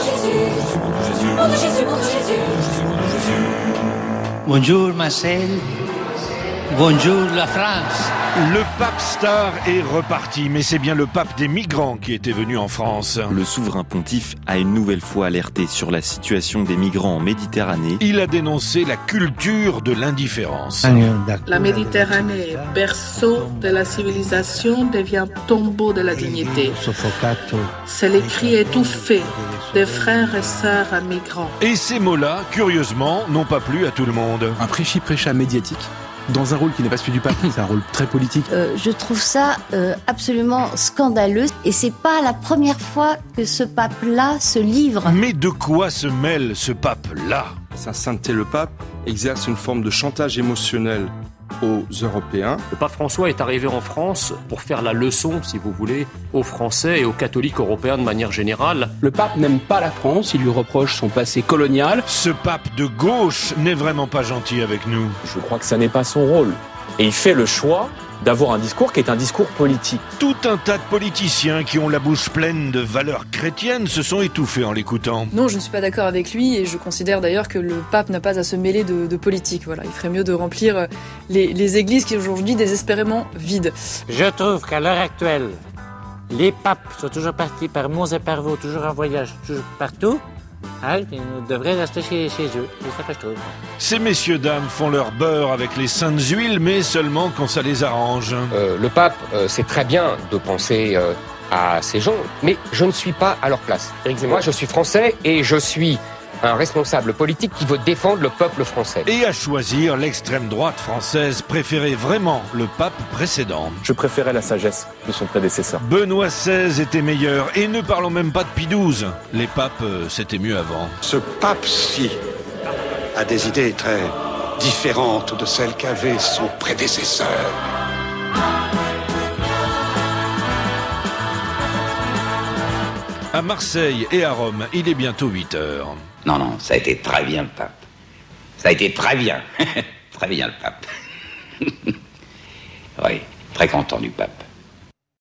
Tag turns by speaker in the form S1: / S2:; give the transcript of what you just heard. S1: Nom de Jésus, nom de Jésus.
S2: Bonjour Marcel, bonjour la France.
S3: Le pape star est reparti, mais c'est bien le pape des migrants qui était venu en France.
S4: Le souverain pontife a une nouvelle fois alerté sur la situation des migrants en Méditerranée.
S3: Il a dénoncé la culture de l'indifférence.
S5: La Méditerranée, berceau de la civilisation, devient tombeau de la dignité. C'est les cris étouffés des frères et sœurs migrants.
S3: Et ces mots-là, curieusement, n'ont pas plu à tout le monde.
S6: un prêchi-prêcha médiatique dans un rôle qui n'est pas celui du pape, c'est un rôle très politique.
S7: Euh, je trouve ça euh, absolument scandaleux et c'est pas la première fois que ce pape-là se livre.
S3: Mais de quoi se mêle ce pape-là
S8: Sa sainteté le pape exerce une forme de chantage émotionnel aux Européens.
S9: Le pape François est arrivé en France pour faire la leçon, si vous voulez, aux Français et aux catholiques européens de manière générale.
S6: Le pape n'aime pas la France, il lui reproche son passé colonial.
S3: Ce pape de gauche n'est vraiment pas gentil avec nous.
S10: Je crois que ça n'est pas son rôle. Et il fait le choix d'avoir un discours qui est un discours politique.
S3: Tout un tas de politiciens qui ont la bouche pleine de valeurs chrétiennes se sont étouffés en l'écoutant.
S11: Non, je ne suis pas d'accord avec lui et je considère d'ailleurs que le pape n'a pas à se mêler de, de politique. Voilà, il ferait mieux de remplir euh, les, les églises qui aujourd'hui désespérément vides.
S12: Je trouve qu'à l'heure actuelle, les papes sont toujours partis par monts et par veaux, toujours en voyage, toujours partout. Hein, ils devraient rester chez, chez eux. C'est ça que je trouve.
S3: Ces messieurs dames font leur beurre avec les saintes huiles, mais seulement quand ça les arrange.
S13: Euh, le pape, euh, c'est très bien de penser euh, à ces gens, mais je ne suis pas à leur place. Éric Zemmour, Moi, je suis français et je suis un responsable politique qui veut défendre le peuple français.
S3: Et à choisir, l'extrême droite française préférait vraiment le pape précédent.
S10: Je préférais la sagesse de son prédécesseur.
S3: Benoît XVI était meilleur, et ne parlons même pas de Pie XII. Les papes, euh, c'était mieux avant.
S14: Ce pape-ci a des idées très différentes de celles qu'avait son prédécesseur.
S3: À Marseille et à Rome, il est bientôt 8 heures.
S15: Non, non, ça a été très bien le pape. Ça a été très bien. très bien le pape. oui, très content du pape.